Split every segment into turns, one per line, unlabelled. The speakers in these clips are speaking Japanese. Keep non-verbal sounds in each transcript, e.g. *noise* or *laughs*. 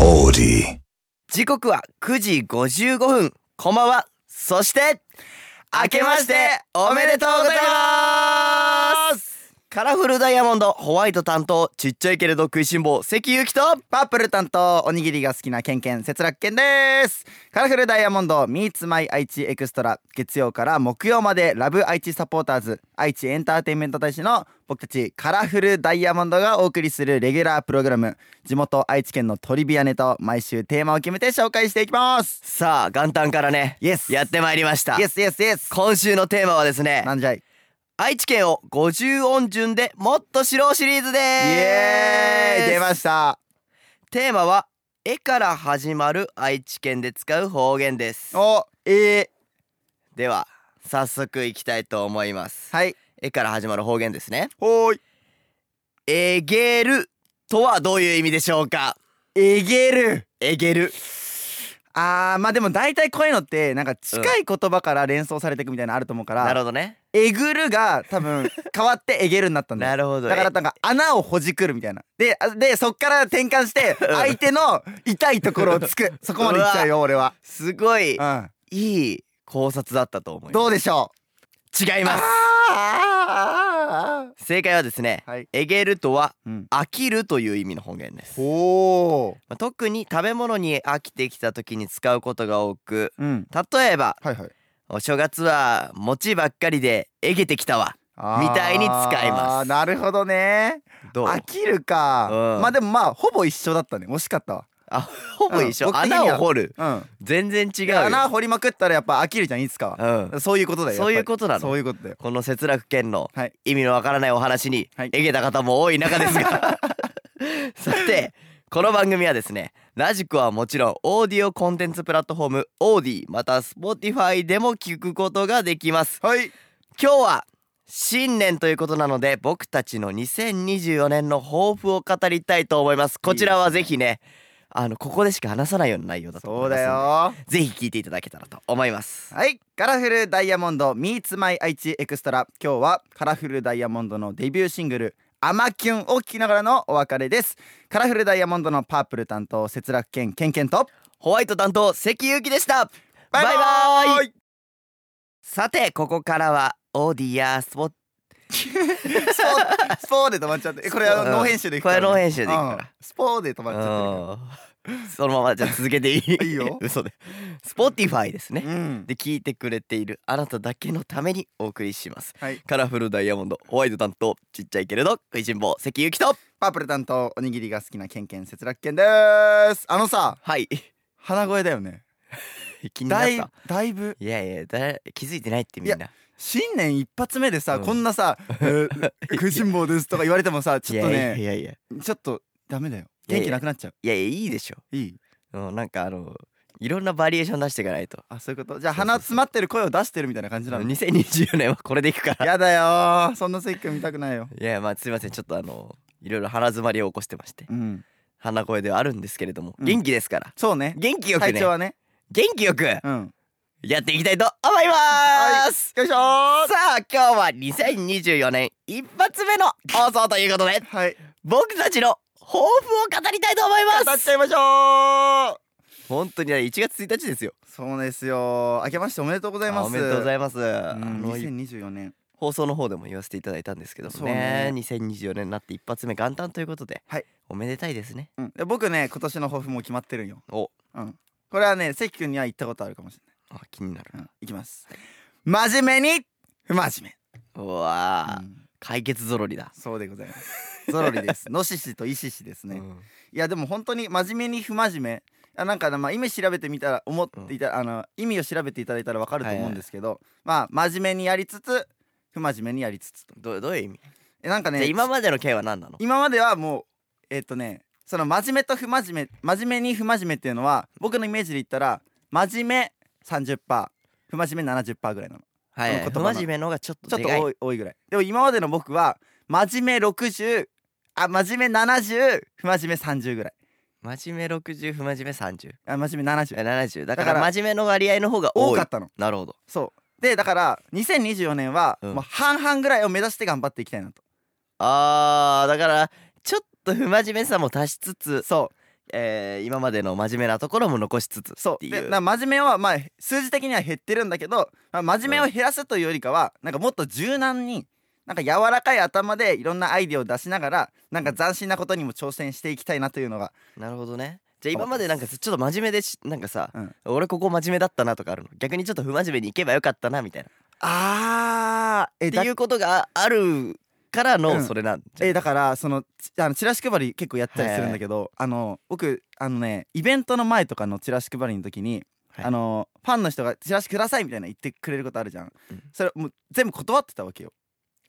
オーディ
時刻は9時55分こんばんはそして明けましておめでとうございますカラフルダイヤモンドホワイト担当ちっちゃいけれど食いしん坊関ゆきと
パープル担当おにぎりが好きなケンケン節楽ケンですカラフルダイヤモンド Meets My 愛知エクストラ月曜から木曜までラブ愛知サポーターズ愛知エンターテインメント大使の僕たちカラフルダイヤモンドがお送りするレギュラープログラム地元愛知県のトリビアネタを毎週テーマを決めて紹介していきます
さあ元旦からね
Yes
やってまいりました
イエスイエスイエス
今週のテーマはですね
なんじゃい
愛知県を50音順でもっと知ろうシリーズです
イエーイ出ました
テーマは絵から始まる愛知県で使う方言です
おえ
では早速いきたいと思います
ー、はい
絵から始まる方言ですね
ほーい
えげるとはどういう意味でしょうか
えげる
えげる
あーまあでも大体こういうのってなんか近い言葉から連想されていくみたいなのあると思うから、
なるほどね
えぐるが多分変わってえげるになったんだよ
なるほど
だからなんか穴をほじくるみたいなであでそっから転換
*laughs*
して相手の痛いところをつくそこまでいっちゃうよ俺は、
すごい
うん、
いい考察だったと思い
ど
ま
うでしょ
す違いうます
あ
正解はですね
ーはい、
えげるとは
うん、
飽きるという意味の方言です
ほ
まあ特に食べ物に飽きてきた時に使うことが多く
ううん
例えば
はいはい
お正月は餅ばっかりでえげてきたわ
あー
みたいに使います
なるほどね
どう
飽きるか、
うん
まあでもまあほぼ一緒だったね惜しかったわ
あほぼ一緒、
うん僕的には
穴を掘る
うん
全然違うよ
穴掘りまくったらやっぱ飽きるじゃんいつかは、
うん、
そういうことだよやっぱ
そう
り
いうことなの
そういうことだよ
この節楽剣の
はい
意味のわからないお話に
はい
えげた方も多い中です
*laughs*
が *laughs* さてこの番組はですねラジコはもちろんオーディオコンテンツプラットフォームオーディまた Spotify でも聞くことができます
はい
今日は新年ということなので僕たちの2024年の抱負を語りたいと思いますこちらはぜひねあのここでしか話さないような内容だと思
そ
いうます
だ
ので
よ
ぜひ聞いていただけたらと思います
はいカラフルダイヤモンド Meets My 愛知エクストラ今日はカラフルダイヤモンドのデビューシングルアマキュンを聞きながらのお別れですカラフルダイヤモンドのパープル担当節楽健ケンケンと
ホワイト担当関ゆうきでしたバイバーイ
バ
さてここからはオーディやスポッ
スポースポーで止まっちゃってえこれ
う
あ
ん
のノー編集でいく
こ
から、
れ
ね、
ノー編集でいくから
うんスポーで止まっちゃっ
うん *laughs* そのままじゃあ続けていい
いいよ
*laughs* 嘘で Spotify です
て
ね
るからうん
で聞いてくれているあなただけのためにお送りします
はい
カラフルダイヤモンドホワイト担当ちっちゃいけれど食いしん坊関ゆきと
パープル担当おにぎりが好きなケンケン節楽健ですあのさ
はい
*laughs* 鼻声だよね
気になっ
だ
た
いだいぶ
いやいやだ気づいてないってみんな
新年一発目でさ、
うん
こん
*laughs*
なさ「えー食いしん坊です」とか言われてもさちょっと
いやい
ね
やいやい
ちょっとダメだよ
いやいや
元気なくなっちゃう
やいやいいでしょ
いい
うんなんかあのいろんなバリエーション出していかないと
あそういうことじゃあ
そうそうそう
鼻詰まってる声を出してるみたいな感じなの
2024年はこれでいくから
やだよーそんな関君見たくな
*laughs*
いよ
いやまあすいませんちょっとあのいろいろ鼻詰まりを起こしてまして
うん
鼻声ではあるんですけれども、
うん
元気ですから
そうね
元気よく
体
ね
調はね
元気よく
うん
やっていきたいと思います、
よいしょー
さあ今日は2024年一発目の放送ということで
はい
僕たちの抱負を語りたいと思い
語
ま
っ
す
ちゃいましょう
本当にね1月1日ですよ
そうですよ明けましておめでとうございます
おめでとうございます、あ
うん
の
2024年
放送の方でも言わせていただいたんですけども
そう
ね
ね
2024年になって一発目元旦ということで、
はい
おめでたいですね
うんで僕ね今年の抱負もう決まってるんよ
お
うんこれはね関君には言ったことあるかもしれない
あ気になる
うんいきます。真面目に不真面
う
目。
わー、
うん
解決ぞろりだ
そうでございます。ゾロリ *laughs* です。のししといししですね。
うん
いやでも本当に真面目に不真面目。あなんかなまあ意味調べてみたら思っていた、あの意味を調べていただいたらわかると思うんですけど、まあ真面目にやりつつ不真面目にやりつつと。
どどういう意味、
えなんか
じゃあ
ね
今までの件は何なの
今まではもうえっとねその真面目と不真面目真面目に不真面目っていうのは僕のイメージで言ったら真面目30%不真面目70%ぐらいなの。
はいはい、
こ
不
の言葉
真面目の方がちょっ
ち
と
ょっ
で
と
かい
多い多いぐらいでも今までの僕は真面目60あ真面目70不真面目30ぐらい
真面目60不真面目30
あ真面目70
70だか
だ
ら
から
真面目の割合の方が多い
多かったの
なるほど
そうでだから2024年は
うん
もう半々ぐらいを目指して頑張っていきたいなと、
あーだからちょっと不真面目さも足しつつ
そ
えー今までの真面目なところも残しつつ
そ
っ
う
てい
で
う
な真面目はまあ数字的には減ってるんだけど、まあ真面目を減らすというよりかは、なんかもっと柔軟になんか柔らかい頭でいろんなアイデアを出しながらなんか斬新なことにも挑戦していきたいなというのが
なるほどねじゃあ今までなんかちょっと真面目でしなんかさ、
うん
俺ここ真面目だったなとかあるの逆にちょっと不真面目に行けばよかったなみたいな
あーえ
って
だ
いうことがあるから
う
の
ん
それなんじゃん
えだからそのちあのチラシ配り結構やったりするんだけど、あの僕あのねイベントの前とかのチラシ配りの時に、
はい
あのファンの人が「チラシください」みたいな言ってくれることあるじゃん、
うん
それもう全部断ってたわけよ、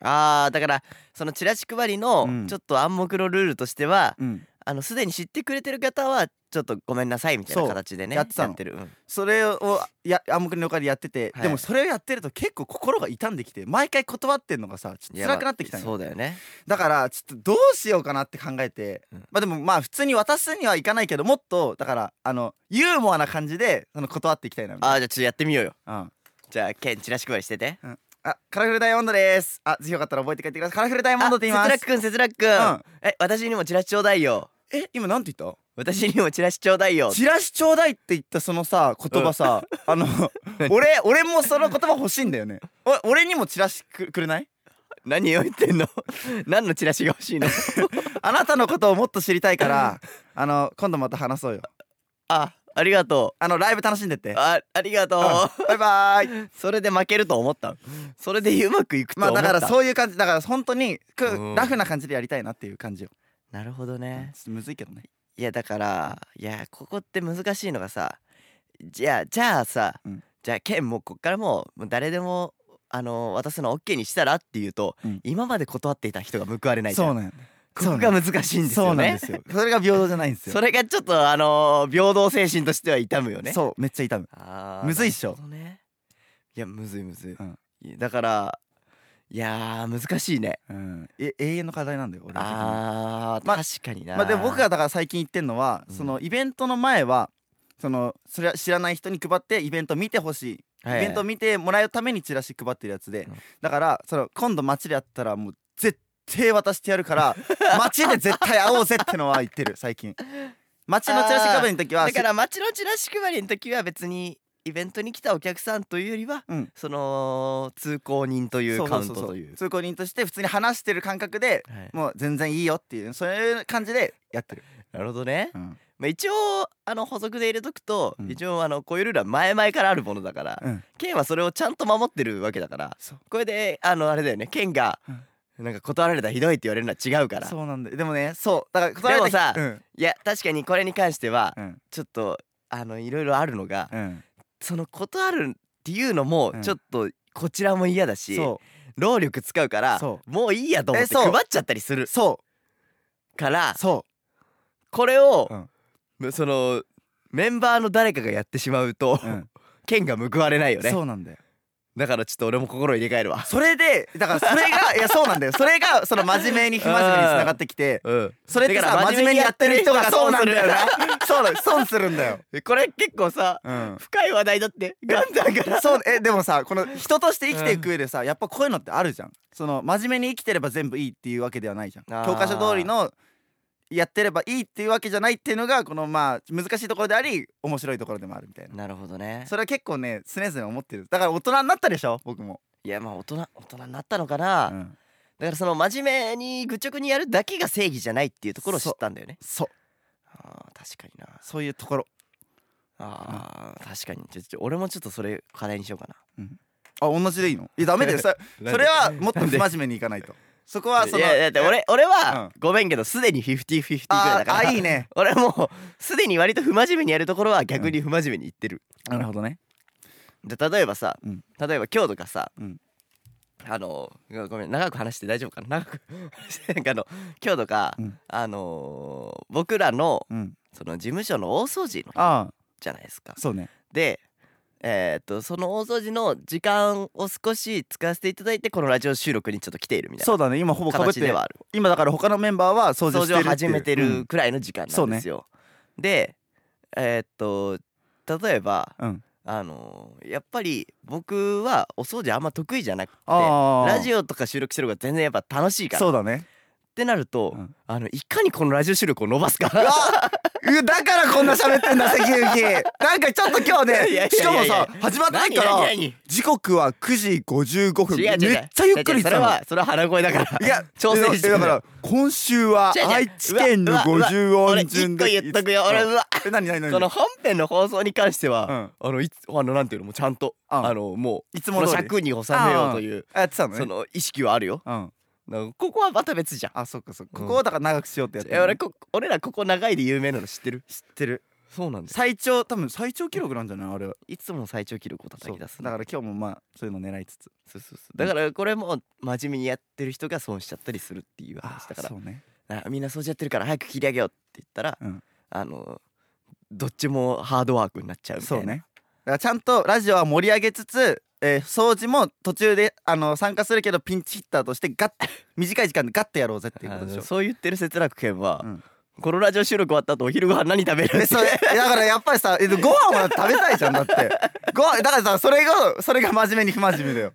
あーだからそのチラシ配りの
うん
ちょっと暗黙のルールとしては、
うん、
あのすでに知ってくれてる方はちょっとごめんなさいみたい
そ
な
う
形でね
やってたの
る、うん
それをや暗黙の了解でやってて、
はい
でもそれをやってると結構心が痛んできて毎回断ってんのがさちょっと辛くなってきたん
そうだよね
だからちょっとどうしようかなって考えて、
うん
まあでもまあ普通に渡すにはいかないけどもっとだからあのユーモアな感じでその断っていきたいなみた
あー
い
じゃあちょっとやってみようよ
な。うん
じゃあケンチラシ配りしてて
あ、カラフルダイヤモンドです。あ、ぜひよかったら覚えて帰ってください。カラフルダイヤモンドって言いま
あ
す。
節楽くん節楽くん、え私にもチラシちょうだいよ
うん。え、今なんて言っ
私にもチラシちょうだいよ
た？チラシちょうだいって言ったそのさ言葉さ、
*laughs*
あの俺俺もその言葉欲しいんだよね。お俺にもチラシくくれない？
何を言ってんの *laughs* 何のチラシが欲しいの *laughs*
あなたのことをもっと知りたいから、あの今度また話そうよ。
あありがと
あのライブ楽しんでって。
う
う
*laughs*
ん
あありがとう、
バイバイ。
*laughs* それで負けると思ったそれでうまくいくと
まあ
思った、
だからそういう感じだから本当にく
うん
ラフな感じでやりたいなっていう感じよ。
なるほどね
ちょっとむずいけどね。
いやだからいやここって難しいのがさじゃあじゃあさ、
うん
じゃあケンもうこっからもうもう誰でもあの渡すの OK にしたらっていうと、
うん
今まで断っていた人が報われないじゃん
そうなんよね
ここが難しいんです
そ
よ
うなん
ね
ですよ。それが平等じゃないんですよ
そ。れがちょっとあのー平等精神としては痛むよね
そうめっちゃ痛む。
あー
むずいっしょ
なるほどねいやむずいむずい、
うん
いやだからいやー難しいね
うん、え永遠の課題なんだよ俺の時に
あー、
ま
確かにな
まあでも僕がだから最近言ってんのは、
うん
そのイベントの前はそのそれは知らない人に配ってイベント見てほしい、
はい
イベント見てもらうためにチラシ配ってるやつで、
うん
だからその今度街でやったらもう絶対渡してやるから
*laughs*
街で絶対会おうぜってのは言ってる最近街のチラシ配りの時は
だから街のチラシ配りの時は別にイベントに来たお客さんというよりは、
うん
その通行人という
そう
カ
そう
ウン
そ
ト
うそう
という
通行人として普通に話してる感覚で
はい
もう全然いいよっていうそういう感じでやってる、
なるほどね、
うん
まあ、一応あの補足で入れとくと、
うん
一応あのこういうルールは前々からあるものだから、
うん
ケンはそれをちゃんと守ってるわけだから
そう
これであのあれだよねケンが、なんか断られたらひどいって言われるのは違うから
そうなんだよでもねそうだから断られた
で
うん
いや確かにこれに関しては
うん
ちょっとあのいろいろあるのが、
うん
その断るっていうのも
うん
ちょっとこちらも嫌だし、
そ
労力使うから
そ
もういいやと思って
えそう
配っちゃったりす
う
る
そ
から
うそ
これを、そのメンバーの誰かがやってしまうと、
う、うん、
剣が報われないよね
そうなんだよ
だからちょっと俺も心入れ替えるわ
それでだからそれ *laughs* がいやそうなんだよそれがその真面目に不真面目につながってきて
うん
それって
だか
さ
ら
真面目にやってる人がそうなんだよ
損
なそうだ損するんだよ
これ結構さ
うん
深い話題だってガンだから
そうえでもさこの人として生きていく上でさやっぱこういうのってあるじゃんその真面目に生きてれば全部いいっていうわけではないじゃん
あー
教科書通りのやってればいいっていうわけじゃないっていうのがこのまあ難しいところであり面白いところでもあるみたいな
なるほどね
それは結構ね常々思ってるだから大人になったでしょ僕も、
いやまあ大人大人になったのかな、
うん
だからその真面目に愚直にやるだけが正義じゃないっていうところを知ったんだよね
そう
あー確かにな
そういうところ
あー確かにちょちょ俺もちょっとそれ課題にしようか
あ同じでいいのいやダメだ
*laughs*
よそれ
な
それはもっと
なんで
不真面目にいかないとそこはその
いやいやだって俺俺は
う
ごめんけどすでに50-50ぐらい
あ
だか
あ
ら
いいね
*laughs* 俺はもうすでに割と不真面目にやるところは逆に不真面目に言ってる
なるほどね
で例えばさ
うん
例えば今日とかさ
うん
あのごごめん長く話して大丈夫かな長 *laughs* くなんかあの今日とか
うん
あのー僕らの
うん
その事務所の大掃除の日
あ
じゃないですか
あそうね
でえーっとその大掃除の時間を少し使わせていただいてこのラジオ収録にちょっと来ているみたい
そうだね今ほぼ
な
かぶっ
形
て
ではある
今だから他のメンバーは掃除
掃
し
除
て
を
るっていう
始めて
うん
るくらいの時間なんですよ。でえーっと例えば
うん
あのーやっぱり僕はお掃除あんま得意じゃなくて
ああ
ラジオとか収録してる方が全然やっぱ楽しいから
そうだね
ってなると、
うん
あのいかにこのラジオ収録を伸ばす
*laughs*
か
うわうだからこんな喋ってんだ
*laughs*
関雪なんかちょっと今
い
日
やいやいやいや
ねしかもさ始まってないから
何何
時刻は9時55分
違う違う違う
めっちゃゆっくり言って
そ
た
れ
の
はそれは鼻声だ
*laughs*
から
いや
調整して
え
る
だから今週は
違う違う
愛知県の
うわうわ
50
俺
音
一
順
個
で
言っとくよ俺うわ
え何何何
この本編の放送に関して
う
は、
ん
あのいつあのなんていうのもうちゃんと、
うん
あのもう
いつ
こ
も
の
通り
尺に収めようという、
あやってたの
そ
ね
の意識はあるよ
うん
なんかここはまた別じゃん
あそっかそっか
うん
ここをだから長くしようってやって
え
る
俺こ俺らここ長いで有名なの知ってる
知ってる
そうなんです
最長多分最長記録なんじゃないあれ
いつも最長記録を叩
そう
き出す
だからら今日もまあそういうの狙いつつ
そうそうそうだからこれも真面目にやってる人が損しちゃったりするっていう話だから
そうね
あみんなそうじゃってるから早く切り上げようって言ったら、
うん
あのどっちもハードワークになっちゃうみたい
そ
な
うねだからちゃんとラジオは盛り上げつつ、えー掃除も途中であの参加するけどピンチヒッターとしてガッ短い時間でガッとやろうぜっていうことでし
あの
ょ
そう言ってる節楽健は、
うん
このラジオ収録終わった後お昼ご飯何食べる
でそれだからやっぱりさえでご飯は食べたいじゃんだってご飯だからさそれがそれが真面目に不真面目だよ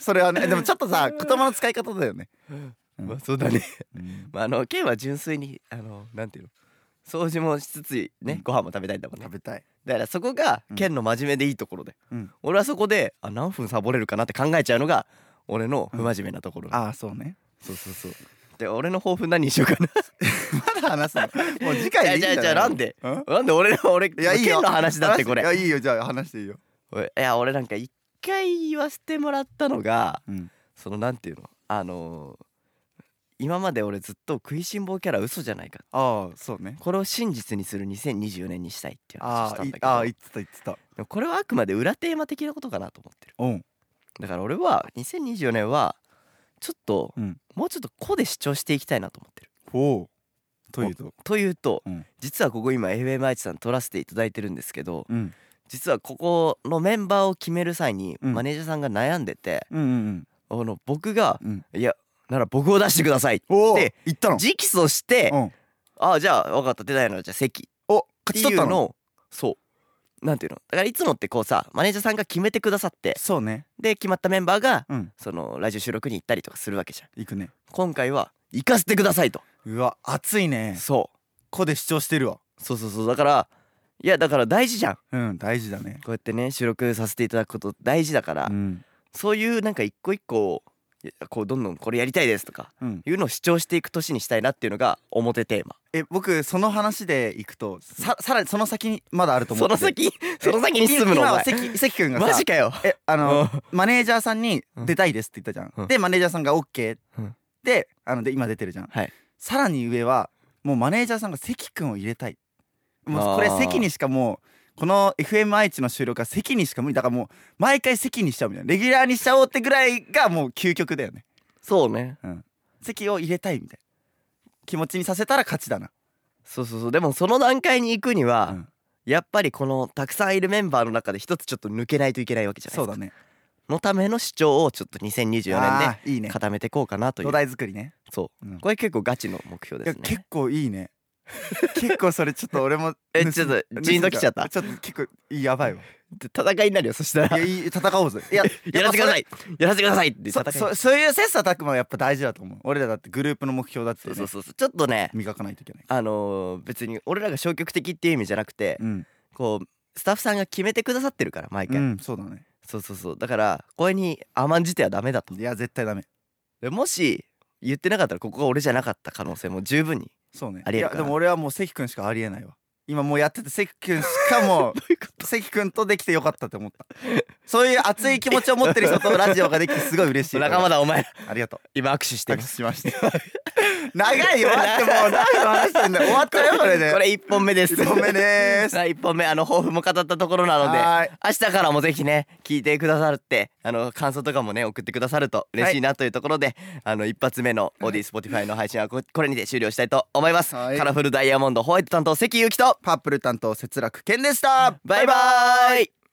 それはねでもちょっと
*laughs*
さ言葉の使い方だよね、うん
*laughs* まあそうだね、
うん
まあ、あの健は純粋にあのなんていうの掃除もしつつね、
うん
ご飯も食べたいんだもんね
食べたい
だからそこが
うん
健の真面目でいいところで、
うん
俺はそこであ何分サボれるかなって考えちゃうのが俺の不真面目なところ、
ああそうね
そうそうそうで俺の抱負何にしようか
*laughs* まだ
*laughs*
話すのも
な
う次
い
回
や
でいい
いや
んじゃないい
やなんで
ん
*laughs* なんで俺の俺
いやいいよ
健の話だってこれ
話いやいいよじゃあ話していいよ、
おいいや俺なんか一回言わせてもらったのが
うん、
そのなんていうのあのー今まで俺ずっと食いしん坊キャラ嘘じゃないか
ああそうね
これを真実にする2024年にしたいっていう話を
あ
し
あ
たん
い
だけど
ああ言ってた言ってた
でもこれはあくまで裏テーマ的なことかなと思ってる
うん
だから俺は2024年はちょっと、
うん
もうちょっと個で主張していきたいなと思ってる
ほうというと
というと、
うん
実はここ今 FMI さん撮らせていただいてるんですけど
うん
実はここのメンバーを決める際に、
うん
マネージャーさんが悩んでて
うんうん
あの僕が
うん
いやなら僕を出してください
おお
で
言ったの
直訴して
うん
「ああじゃあ分かった出ないのじゃあ席」
お
って
勝ち
い
取った
う
の
のをそうなんていうのだからいつもってこうさマネージャーさんが決めてくださって
そうね
で決まったメンバーが
うん
そのラジオ収録に行ったりとかするわけじゃん
行くね
今回は「行かせてくださいと」
うわ熱いね
そ
こで主張してるわ
うそうそうそうだからいやだから大事じゃんこ
うん大事だね
うやってね収録させていただくこと大事だから、
うん
そういうなんか一個一個をいやこうどんどんこれやりたいですとか
うん
いうのを主張していく年にしたいなっていうのが表テーマ
え僕その話で行くとささらにその先にまだあると思
そ
って
の
て
先 *laughs* その先に進むのお
今は
前
関関君がさ
マジかよ
えあの
うん
マネージャーさんに
うん
出たいですって言ったじゃ
うん
んでマネージャーさんが OK
うん
であので今出てるじゃん
はい
さらに上はもうマネージャーさんが関君を入れたいもうこれ
あー
関にしかもうこの FM 愛知の収録は関にしか無理だからもう毎回関にしちゃうみたいなレギュラーにしちゃおうってぐらいがもう究極だよね
そうね
関を入れたいみたいな気持ちにさせたら勝ちだな
そうそうそうでもその段階に行くには、
うん
やっぱりこのたくさんいるメンバーの中で一つちょっと抜けないといけないわけじゃないで
そう
すか
だね
のための主張をちょっと2024年
あーいい
で
ね
固めていこうかなという
土台作りね
そう、
うん
これ結構ガチの目標
い
で
や
すね
結構いいね *laughs* 結構それちょっと俺も
えちょっと
盗ん
ジーンときちゃった
ちょっと結構いい
*laughs*
やばいわ
戦いになるよそした
い
ら
やいい戦おうぜいや
*laughs* やらせてくださ
い
いやらせてくださいって戦
そ
い
そそういう切磋琢磨はやっぱ大事だと思う俺らだってグループの目標だって、
そ
ね、
うそうそうそうちょっとね
磨かないといけない
あのー別に俺らが消極的っていう意味じゃなくて、
うん、
こうスタッフさんが決めてくださってるから毎
う
回、
ん、そうだね
そうそうそうだからこれに甘んじてはダメだと
いや絶対ダメ
でもし言ってなかったらここが俺じゃなかった可能性も十 *laughs* 分に
そうね
ありえる
いや
かな
でも俺はもう関君しかありえないわ今もうやってて関君しかも
*laughs*
う関君とできてよかったって思ったそういう熱
*laughs*
い気持ちを持ってる人とラジオができてすごい嬉しい
仲間だお前
ありがとう
今握手してま
拍手
す
しました長いよ待ってもう何の
*laughs*
話してんだよ終わっちゃうよこれで
これ一本目です
1本
*laughs*
目でーす
さあ1本目あの抱負も語ったところなので
はーい
明日からもぜひね聞いてくださるってあの感想とかもね送ってくださると嬉しいなというところで、あの一発目の OD Spotify の配信はここれにて終了したいと思います、
はい
カラフルダイヤモンドホワイト担当関ゆうきと
パープル担当節楽健でした
バイバーイ